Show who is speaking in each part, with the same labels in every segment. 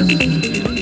Speaker 1: Thank you.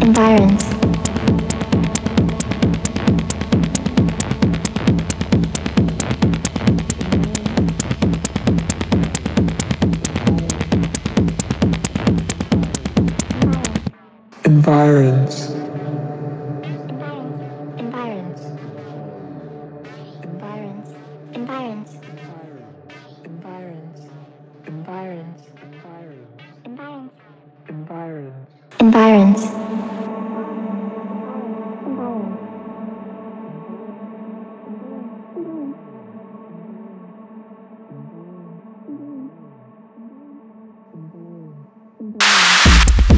Speaker 2: environs.
Speaker 3: environs,
Speaker 2: Environs. Environs. Environs. Environs. Environs. Environs.
Speaker 3: environs,
Speaker 2: Environs.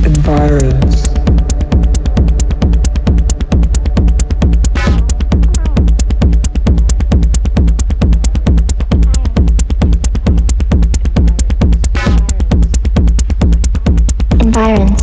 Speaker 3: environs,
Speaker 2: Environs.